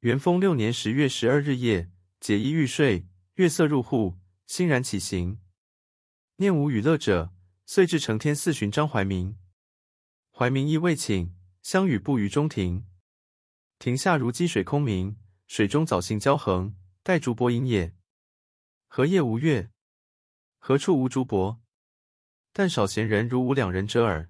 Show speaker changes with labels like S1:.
S1: 元丰六年十月十二日夜，解衣欲睡，月色入户，欣然起行。念无语乐者，遂至承天寺寻张怀民。怀民亦未寝，相与步于中庭。庭下如积水空明，水中藻荇交横，带竹柏影也。何夜无月？何处无竹柏？但少闲人如吾两人者耳。